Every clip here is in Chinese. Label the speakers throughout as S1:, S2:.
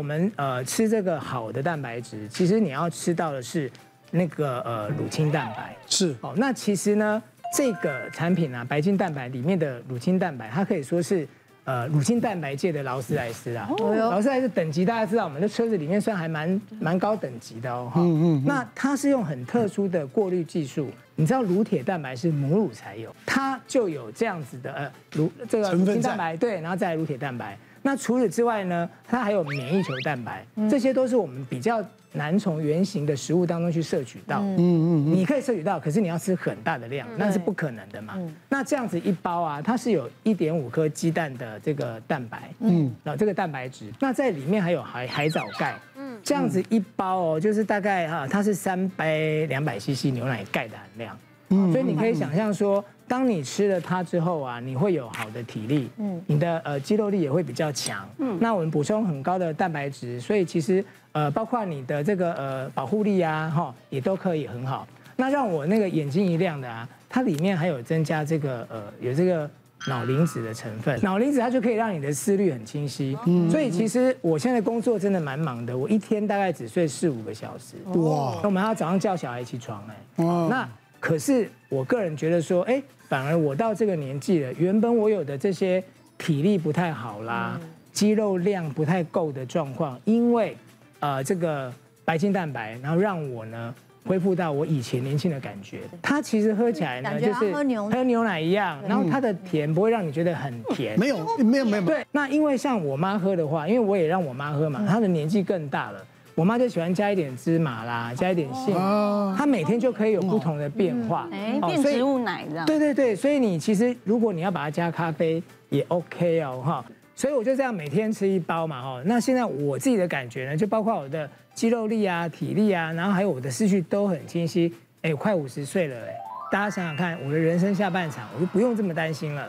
S1: 我们呃吃这个好的蛋白质，其实你要吃到的是那个呃乳清蛋白。
S2: 是
S1: 哦，那其实呢，这个产品啊，白金蛋白里面的乳清蛋白，它可以说是呃乳清蛋白界的劳斯莱斯啊。
S3: 哦哟
S1: 劳斯莱斯等级大家知道，我们的车子里面算还蛮蛮高等级的哦。嗯嗯。那它是用很特殊的过滤技术，你知道乳铁蛋白是母乳才有，它就有这样子的呃乳这个
S2: 成分
S1: 乳清
S2: 在
S1: 蛋白对，然后再来乳铁蛋白。那除此之外呢，它还有免疫球蛋白，这些都是我们比较难从原型的食物当中去摄取到。
S2: 嗯
S1: 你可以摄取到，可是你要吃很大的量，那是不可能的嘛。那这样子一包啊，它是有一点五颗鸡蛋的这个蛋白，嗯，然后这个蛋白质，那在里面还有海海藻钙，嗯，这样子一包哦，就是大概哈、它是三杯两百 CC 牛奶钙的含量，所以你可以想象说，当你吃了它之后啊，你会有好的体力，嗯，你的呃肌肉力也会比较强，嗯，那我们补充很高的蛋白质，所以其实呃包括你的这个呃保护力啊，哈，也都可以很好。那让我那个眼睛一亮的啊，它里面还有增加这个呃有这个脑磷脂的成分，嗯脑磷脂它就可以让你的思虑很清晰。所以其实我现在工作真的蛮忙的，我一天大概只睡四五个小时。
S2: 哇
S1: 那我们还要早上叫小孩起床哎、
S2: 哦
S1: 那可是我个人觉得说，哎，反而我到这个年纪了，原本我有的这些体力不太好啦，
S3: 嗯
S1: 肌肉量不太够的状况，因为呃这个白金蛋白，然后让我呢。恢复到我以前年轻的感觉，它其实喝起来呢，
S3: 感
S1: 就
S3: 觉好像啊
S1: 是
S3: 喝牛奶
S1: 喝牛奶一样，然后它的甜不会让你觉得很甜，
S2: 没有没有没有没有
S1: 对，那因为像我妈喝的话，因为我也让我妈喝嘛，她的年纪更大了，我妈就喜欢加一点芝麻啦，加一点杏仁，
S2: 哦啊
S1: 她每天就可以有不同的变化。
S4: 嗯
S5: 哎，
S1: 哦
S5: 变
S1: 所以
S5: 植物奶这样。
S1: 对对对，所以你其实如果你要把它加咖啡也 OK 哦哈。所以我就这样每天吃一包嘛哈。那现在我自己的感觉呢，就包括我的肌肉力啊、体力啊，然后还有我的思绪都很清晰。哎，快五十岁了哎，大家想想看，我的人生下半场我就不用这么担心了。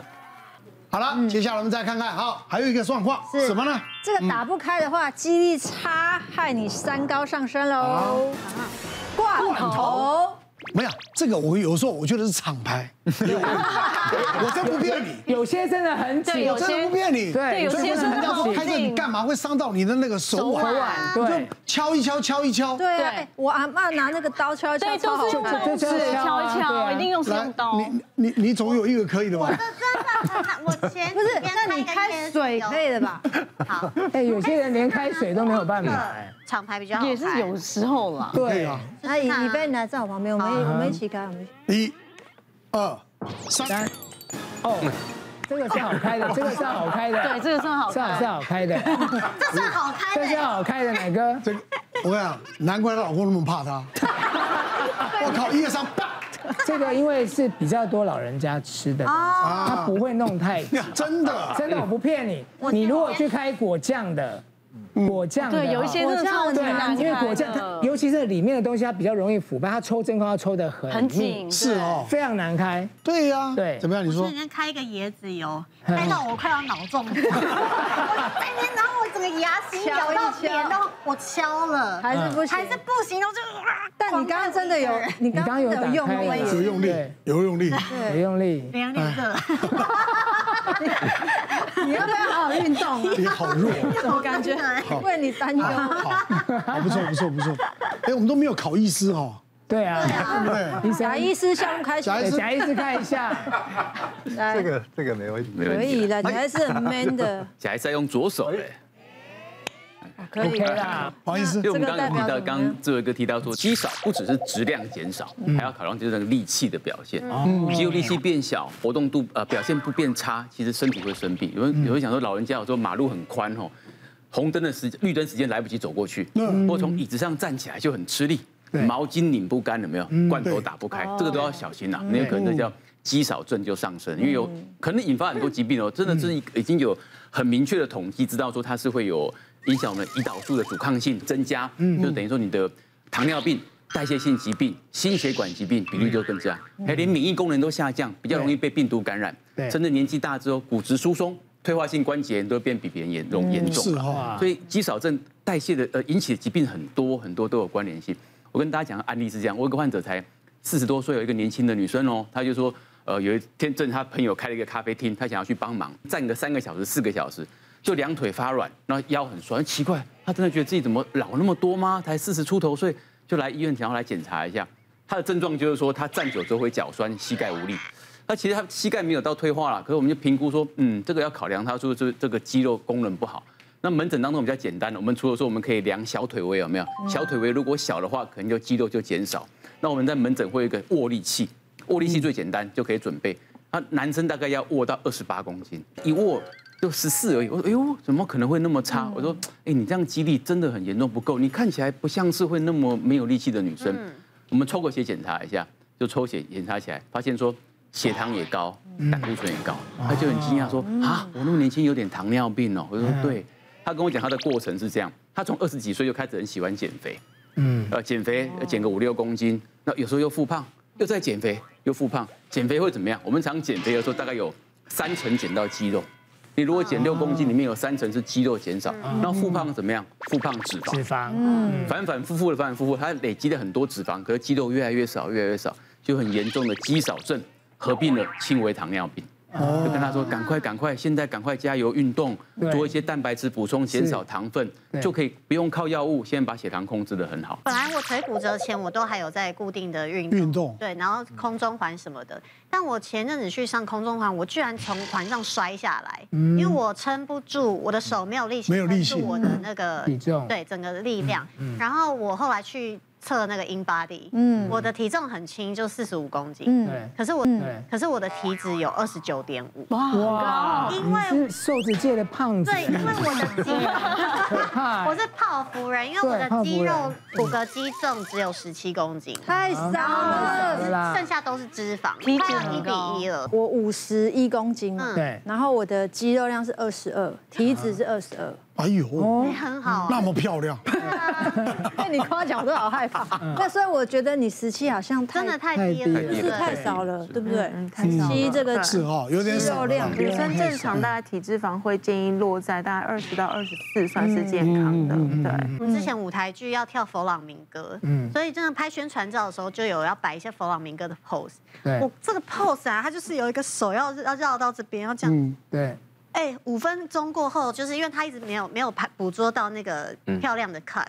S2: 好了，
S1: 嗯
S2: 接下来我们再看看，好，还有一个状况
S3: 是
S2: 什么呢？
S3: 这个打不开的话，肌力差，害你三高上升喽。罐头，
S2: 没有，这个我有时候我觉得是厂 牌，我真不骗你，
S1: 有些真的很紧，
S5: 对有
S2: 我真的不骗你。
S1: 对
S5: 有
S2: 所以
S5: 些
S2: 为什么人
S5: 真的
S2: 家说
S5: 好
S2: 开车你
S5: 近
S2: 干嘛会伤到你的那个手
S5: 手
S2: 腕？
S5: 腕
S1: 对。
S2: 敲一敲，敲一敲。
S3: 对啊，
S5: 对
S3: 哎我阿妈拿那个刀敲一敲，
S5: 对，就
S3: 超
S5: 是
S3: 好
S5: 用
S3: 看。
S5: 中指敲一敲，一定用是
S2: 来
S5: 用刀。，
S2: 你你你总有一个可以的吧？
S6: 我前
S3: 不是，那你开水可以的吧？
S6: 好，
S1: 哎，有些人连开水都没有办法。哎
S6: 厂牌比较好
S5: 也是
S6: 开
S5: 有时候啦。
S2: 啊对
S1: 对
S2: 啊，
S3: 阿姨，
S6: 看啊
S3: 你被拿在我旁边，我们
S5: 嗯
S3: 一我们一起开，我们一起
S2: 一、二、三
S1: 三，哦，这个是好开的，这个是好开的，
S5: 对，这个算好
S1: 是好是
S5: 看。
S1: 好开的，
S6: 这算好开
S1: 这
S6: 的
S1: 是好开的，奶哥。
S2: 这个我跟你讲，难怪她老公那么怕 她。我靠，一二三，啪！
S1: 这个因为是比较多老人家吃的，
S6: 哦，
S1: 它不会弄
S2: 哎
S1: 太紧。
S2: 啊真的，
S1: 真的，我不骗你，你如果去开果酱的，
S2: 嗯
S1: 果酱的
S5: 对，有一些
S1: 哦
S5: 真的超级
S1: 对
S5: 难
S1: 啊，
S5: 看的
S1: 因为果酱它，尤其是里面的东西，它比较容易腐败，它抽真空要抽的很
S5: 很
S1: 密
S5: 紧，
S2: 是哦，
S1: 非常难开。
S2: 对呀，
S1: 对
S2: 怎么样？你
S6: 我
S2: 说
S6: 今天开一个椰子油，
S1: 嗯
S6: 开到我快要脑中风，我在那边，然后我整个牙齿咬到扁到我敲了，
S3: 还是不行
S6: 还是不行，然后就啊哇。
S3: 但你刚刚真的有，哎你
S1: 你刚
S3: 刚刚
S1: 刚有
S3: 真的
S1: 打
S3: 有用
S1: 开
S3: 力
S1: 了，
S2: 有用力
S1: 对，
S2: 有用力。
S1: 有用力。
S6: 连绿色，
S3: 你要不要好好运动
S2: 你好弱，
S6: 我感觉
S3: 啊？为你担忧。
S2: 好，好不错不错不错。哎，我们都没有考医师哦哈，
S1: 对啊，
S2: 对不对？
S1: 医生
S3: 贾医师项目开始
S2: 贾，医
S1: 对
S2: 师
S1: 贾医师看一下。
S3: 来
S7: 这个这个没问题，没
S3: 可以哎了，你还是很 man 的，
S8: 小孩子在用左手嘞，
S3: 可以
S1: OK 啦。
S2: 不好意思
S8: 因为，我们
S3: 这个
S8: 刚刚
S3: 代表什
S8: 有提到，
S3: 么
S8: 刚
S3: 呢
S8: 刚志伟哥提到说，肌少不只是质量减少，还要考量就是那个力气的表现。肌肉力气变小，活动度呃表现不变差，其实身体会生病。有人有人想说，老人家有时候马路很宽哦，红灯的时绿灯时间来不及走过去，或从椅子上站起来就很吃力，毛巾拧不干有没有？罐头打不开，这个都要小心呐、那有可能这叫肌少症就上升，因为有可能引发很多疾病哦，真的是已经有很明确的统计，知道说它是会有影响我们胰岛素的阻抗性增加，就等于说你的糖尿病。代谢性疾病、心血管疾病比率就更加，还有连免疫功能都下降，比较容易被病毒感染。
S1: 对
S8: 甚至年纪大之后，骨质疏松、退化性关节炎都会变比别人严重严重。
S2: 是
S8: 啊
S2: 哦哈，
S8: 所以肌少症代谢的呃引起的疾病很多很多都有关联性。我跟大家讲的案例是这样，我有个患者才四十多岁，有一个年轻的女生哦，她就说，呃，有一天正她朋友开了一个咖啡厅，她想要去帮忙，站个三个小时四个小时，就两腿发软，然后腰很酸，奇怪，他真的觉得自己怎么老那么多吗？才四十出头岁，就来医院想要来检查一下。他的症状就是说，他站久之后会脚酸、膝盖无力。那其实他膝盖没有到退化了，可是我们就评估说，嗯，这个要考量他说这这个肌肉功能不好。那门诊当中比较简单的，我们除了说我们可以量小腿围有没有，小腿围如果小的话，可能就肌肉就减少。那我们在门诊会有一个握力器，握力器最简单就可以准备。他男生大概要握到二十八公斤，一握就十四而已。我说，哎呦，怎么可能会那么差？我说，哎，你这样肌力真的很严重不够，你看起来不像是会那么没有力气的女生。我们抽个血检查一下，就抽血检查起来，发现说血糖也高，胆固醇也高，他就很惊讶说啊，我那么年轻有点糖尿病哦。我说对，他跟我讲他的过程是这样，他从二十几岁就开始很喜欢减肥，嗯，呃，减肥呃减个五六公斤，那有时候又复胖，又再减肥又复胖，减肥会怎么样？我们常减肥的时候大概有三成减到肌肉。你如果减六公斤，里面有三成是肌肉减少，那复胖怎么样？复胖嗯脂肪，
S1: 脂肪，
S8: 反反复复的反反复复，它累积了很多脂肪，可是肌肉越来越少，越来越少，就很严重的肌少症，合并了轻微糖尿病。
S6: 嗯
S8: 就跟他说，赶快赶快，现在赶快加油运动，
S1: 哦对
S8: 多一些蛋白质补充，减少糖分
S1: 对，
S8: 就可以不用靠药物，先把血糖控制的很好。
S6: 本来我腿骨折前，我都还有在固定的运
S2: 运动
S6: 对，然
S1: 嗯
S6: 后空中环什么的。但我前阵子去上空中环，我居然从环上摔下来，
S1: 嗯
S6: 因为我撑不住，我的手没有力气，
S2: 没有力气
S6: 我的那个
S1: 体重
S6: 对整个力量。
S1: 嗯
S6: 然后我后来去测那个 in body，嗯，我的体重很轻，就四十五公斤，嗯，
S1: 对
S6: 可是我
S1: 对
S6: 可是我的体脂有二十九点五，
S1: 哇，
S6: 因为
S1: 你是瘦子界的胖子，
S6: 对，因为我的肌，
S1: 可怕欸
S6: 我是泡芙人，因为我
S1: 对
S6: 的
S1: 泡芙
S6: 肌肉
S1: 人
S6: 骨骼肌重只有十七公斤，
S3: 太伤了。
S1: 啦
S6: 剩下都是脂肪，
S5: 体脂
S6: 快要一
S5: 很高
S6: 比一了。
S4: 我五十一公斤
S6: 嗯
S4: 嘛，
S1: 对
S4: 然后我的肌肉量是二十二，体脂是二十二，
S2: 哎呦，
S6: 你很好啊，
S2: 那么漂亮，
S3: 被你夸奖我都好害怕。
S4: 那所以我觉得你十七好像太
S6: 真的太
S1: 太
S6: 低
S1: 低
S6: 了，
S8: 了
S4: 就是太少了，
S8: 是
S4: 对不对？
S9: 嗯太少了
S4: 十七这个
S2: 是哈，有点
S4: 肌
S2: 少
S4: 肉
S2: 了
S4: 量
S2: 哈。
S9: 女生正常大概体脂肪会建议落在大概二十到二十四，算是健康的。对，
S6: 我们之前舞台剧要跳佛朗明哥，
S1: 嗯
S6: 所以真的拍宣传照的时候就有要摆一些佛朗明哥的 pose。
S1: 对
S6: 我这个 pose 啊，它就是有一个手要要绕到这边，要这样。
S1: 对，
S6: 哎，五分钟过后，就是因为他一直没有没有拍捕捉到那个漂亮的 cut。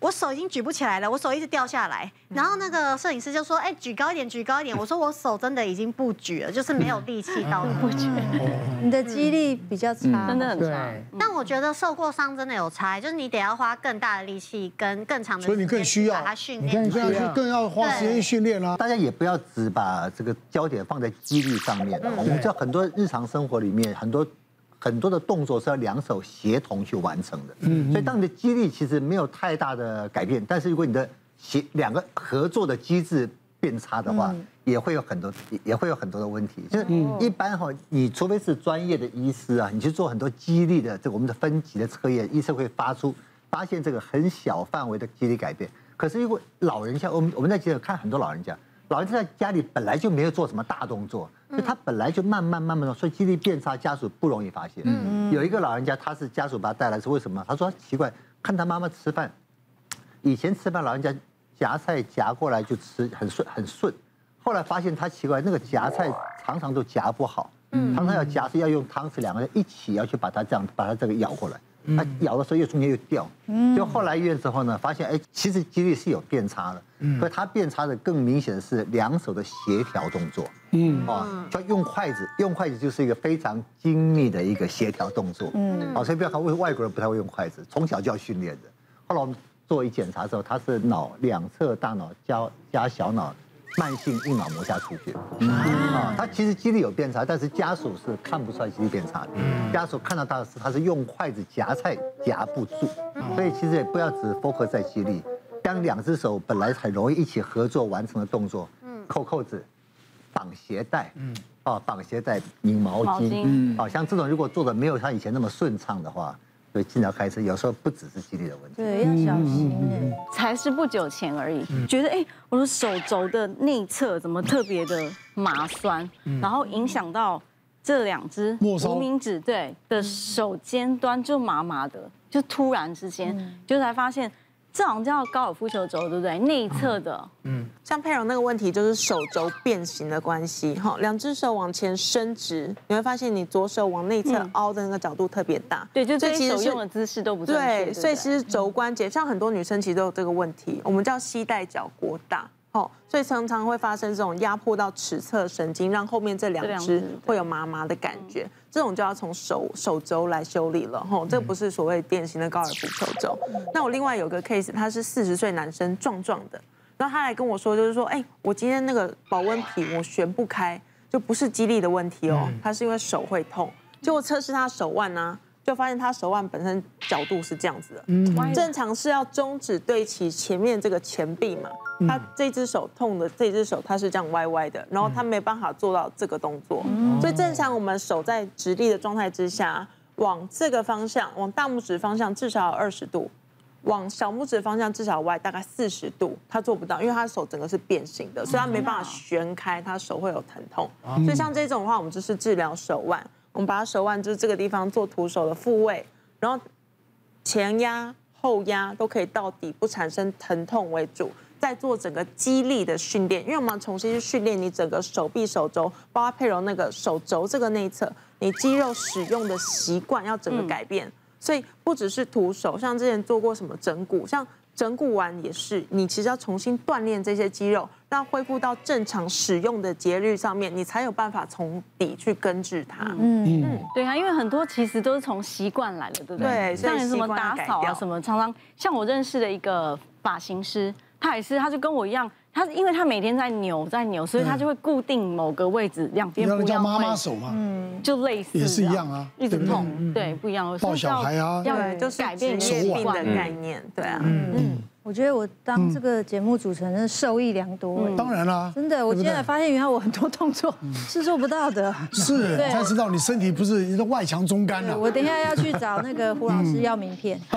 S6: 我手已经举不起来了，我手一直掉下来，
S1: 嗯
S6: 然后那个摄影师就说：“哎，举高一点，举高一点。”我说：“我手真的已经不举了，就是没有力气
S1: 嗯
S6: 到那个地步
S4: 你的肌力比较
S9: 嗯
S4: 差，
S5: 真的很差。
S1: 对，
S6: 但我觉得受过伤真的有差，欸就是你得要花更大的力气跟更长的时
S2: 所
S6: 间，
S2: 以你更需要
S6: 把它训
S1: 你
S6: 练
S1: 更需
S6: 出
S2: 更
S6: 来。
S2: 要去，更要花时间训练啊啦。
S7: 大家也不要只把这个焦点放在肌力上面了。我们知道很多日常生活里面很多。很多的动作是要两手协同去完成的，嗯，所以当你的肌力其实没有太大的改变，但是如果你的协两个合作的机制变差的话，也会有很多也会有很多的问题。就是一般哈，你除非是专业的医师啊，你去做很多肌力的这个我们的分级的测验，医生会发出发现这个很小范围的肌力改变。可是如果老人家，我们我们在街上看很多老人家，老人家在家里本来就没有做什么大动作，就他本来就慢慢慢慢的，所以肌力变差，家属不容易发现。有一个老人家，他是家属把他带来是为什么？他说奇怪，看他妈妈吃饭，以前吃饭老人家夹菜夹过来就吃，很顺很顺。后来发现他奇怪，那个夹菜常常都夹不好，常常要夹是要用汤匙两个人一起要去把它这样把它这个咬过来，他咬的时候又中间又掉，就后来医院之后呢，发现哎，其实肌力是有变差的，可它变差的更明显的是两手的协调动作，嗯啊，就用筷子，用筷子就是一个非常精密的一个协调动作，嗯，啊，所以不要看为外国人不太会用筷子，从小就要训练的。后来我们做一检查之后，他是脑两侧大脑加加小脑慢性硬脑膜下出血。啊，他其实肌力有变差，但是家属是看不出来肌力变差的。家属看到他的是他是用筷子夹菜夹不住，所以其实也不要只 focus 在肌力。当两只手本来很容易一起合作完成的动作，扣扣子、绑鞋带，嗯，啊，绑鞋带、拧毛
S5: 毛
S7: 巾
S5: 巾，
S7: 嗯，啊，像这种如果做的没有像以前那么顺畅的话，所以尽早开始，有时候不只是肌力的问题。
S4: 对，要小心哎。
S5: 才是不久前而已，觉得哎、我的手肘的内侧怎么特别的麻酸，然后影响到这两只
S2: 末梢
S5: 无名指对的手尖端就麻麻的，就突然之间就才发现这好像叫高尔夫球肘，对不对？内侧的，
S9: 像佩蓉那个问题，就是手肘变形的关系哈，两只手往前伸直，你会发现你左手往内侧凹的那个角度特别大，
S5: 对，就
S9: 所以
S5: 这
S9: 其
S5: 些
S9: 实
S5: 手
S9: 是
S5: 用的姿势都不正确。
S9: 对，
S5: 不
S9: 所以其实肘关节，像很多女生其实都有这个问题，我们叫膝带角过大。哦，所以常常会发生这种压迫到尺侧神经，让后面这两
S5: 这
S9: 只
S5: 两只
S9: 会有麻麻的感觉，这种就要从手手肘来修理了。吼、这不是所谓典型的高尔夫球肘。那我另外有个 case，他是四十岁男生，壮壮的，然后他来跟我说，就是说，哎，我今天那个保温瓶我旋不开，就不是肌力的问题哦，他是因为手会痛。结果测试他手腕呢、就发现他手腕本身角度是这样子的，
S5: 嗯
S9: 正常是要中指对齐前面这个前臂嘛，他这只手痛的这只手他是这样歪歪的，然后他没办法做到这个动作，所以正常我们手在直立的状态之下，往这个方向，往大拇指方向至少二十度，往小拇指方向至少歪大概四十度，他做不到，因为他手整个是变形的，所以他没办法旋开，他手会有疼痛。所以像这种的话，我们就是治疗手腕，我们把他手腕就是这个地方做徒手的复位，然后前压、后压都可以到底，不产生疼痛为主。再做整个肌力的训练，因为我们要重新去训练你整个手臂、手肘，包括佩柔那个手肘这个内侧，你肌肉使用的习惯要整个改
S5: 嗯
S9: 变。所以不只是徒手，像之前做过什么整骨，像整骨完也是，你其实要重新锻炼这些肌肉，让恢复到正常使用的节律上面，你才有办法从底去根治它。
S5: 对啊，因为很多其实都是从习惯来的，对不对？
S9: 对所以
S5: 像你什么
S9: 习惯要
S5: 打
S9: 改
S5: 扫啊，
S9: 掉
S5: 什么常常像我认识的一个发型师，他也是，他就跟我一样，他因为他每天在扭在扭，所以他就会固定某个位置，两边
S2: 让人
S5: 不
S2: 家
S5: 要
S2: 妈妈
S5: 会
S2: 手嘛，
S5: 就类似
S2: 也是一样啊
S5: 一直
S2: 对不对
S5: 痛，对，不一样。
S2: 抱
S5: 所以
S2: 小
S5: 要
S2: 孩啊
S5: 要
S9: 对，就是
S5: 改变
S9: 职业
S5: 习
S9: 病
S5: 惯嗯
S9: 的概念，对啊。
S4: 我觉得我当这个节目主持人真的受益良多，哎
S2: 当然啦、
S4: 真的，我
S2: 对不
S4: 现
S2: 对
S4: 在发现原来我很多动作是做不嗯到的。
S2: 是
S4: 对
S2: 才知道你身体不是外强中干啊
S4: 对
S2: 了、
S4: 我等一下要去找那个胡老师要名片。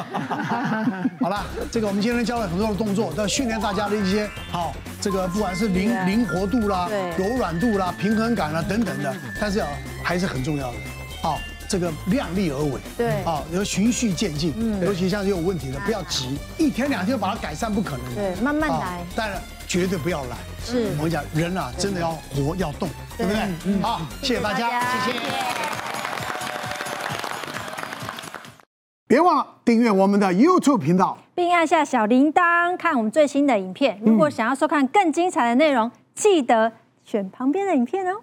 S2: 好了，这个我们今天教了很多的动作，要训练大家的一些好，这个不管是灵灵活度啦、
S4: 对
S2: 柔软度啦、平衡感啦等等的，但是啊还是很重要的。好，这个量力而为，
S4: 对
S2: 啊，要循序渐进，尤其像有问题的，不要急，一天两天把它改善不可能的，
S4: 对慢慢
S2: 啊
S4: 来
S2: 当然绝对不要懒。
S4: 是
S2: 我跟你讲，人啊真的要活要动，对不对？好，谢谢大家，谢谢。别忘了订阅我们的 YouTube 频道。
S4: 并按下小铃铛看我们最新的影片。如果想要收看更精彩的内容，记得选旁边的影片哦。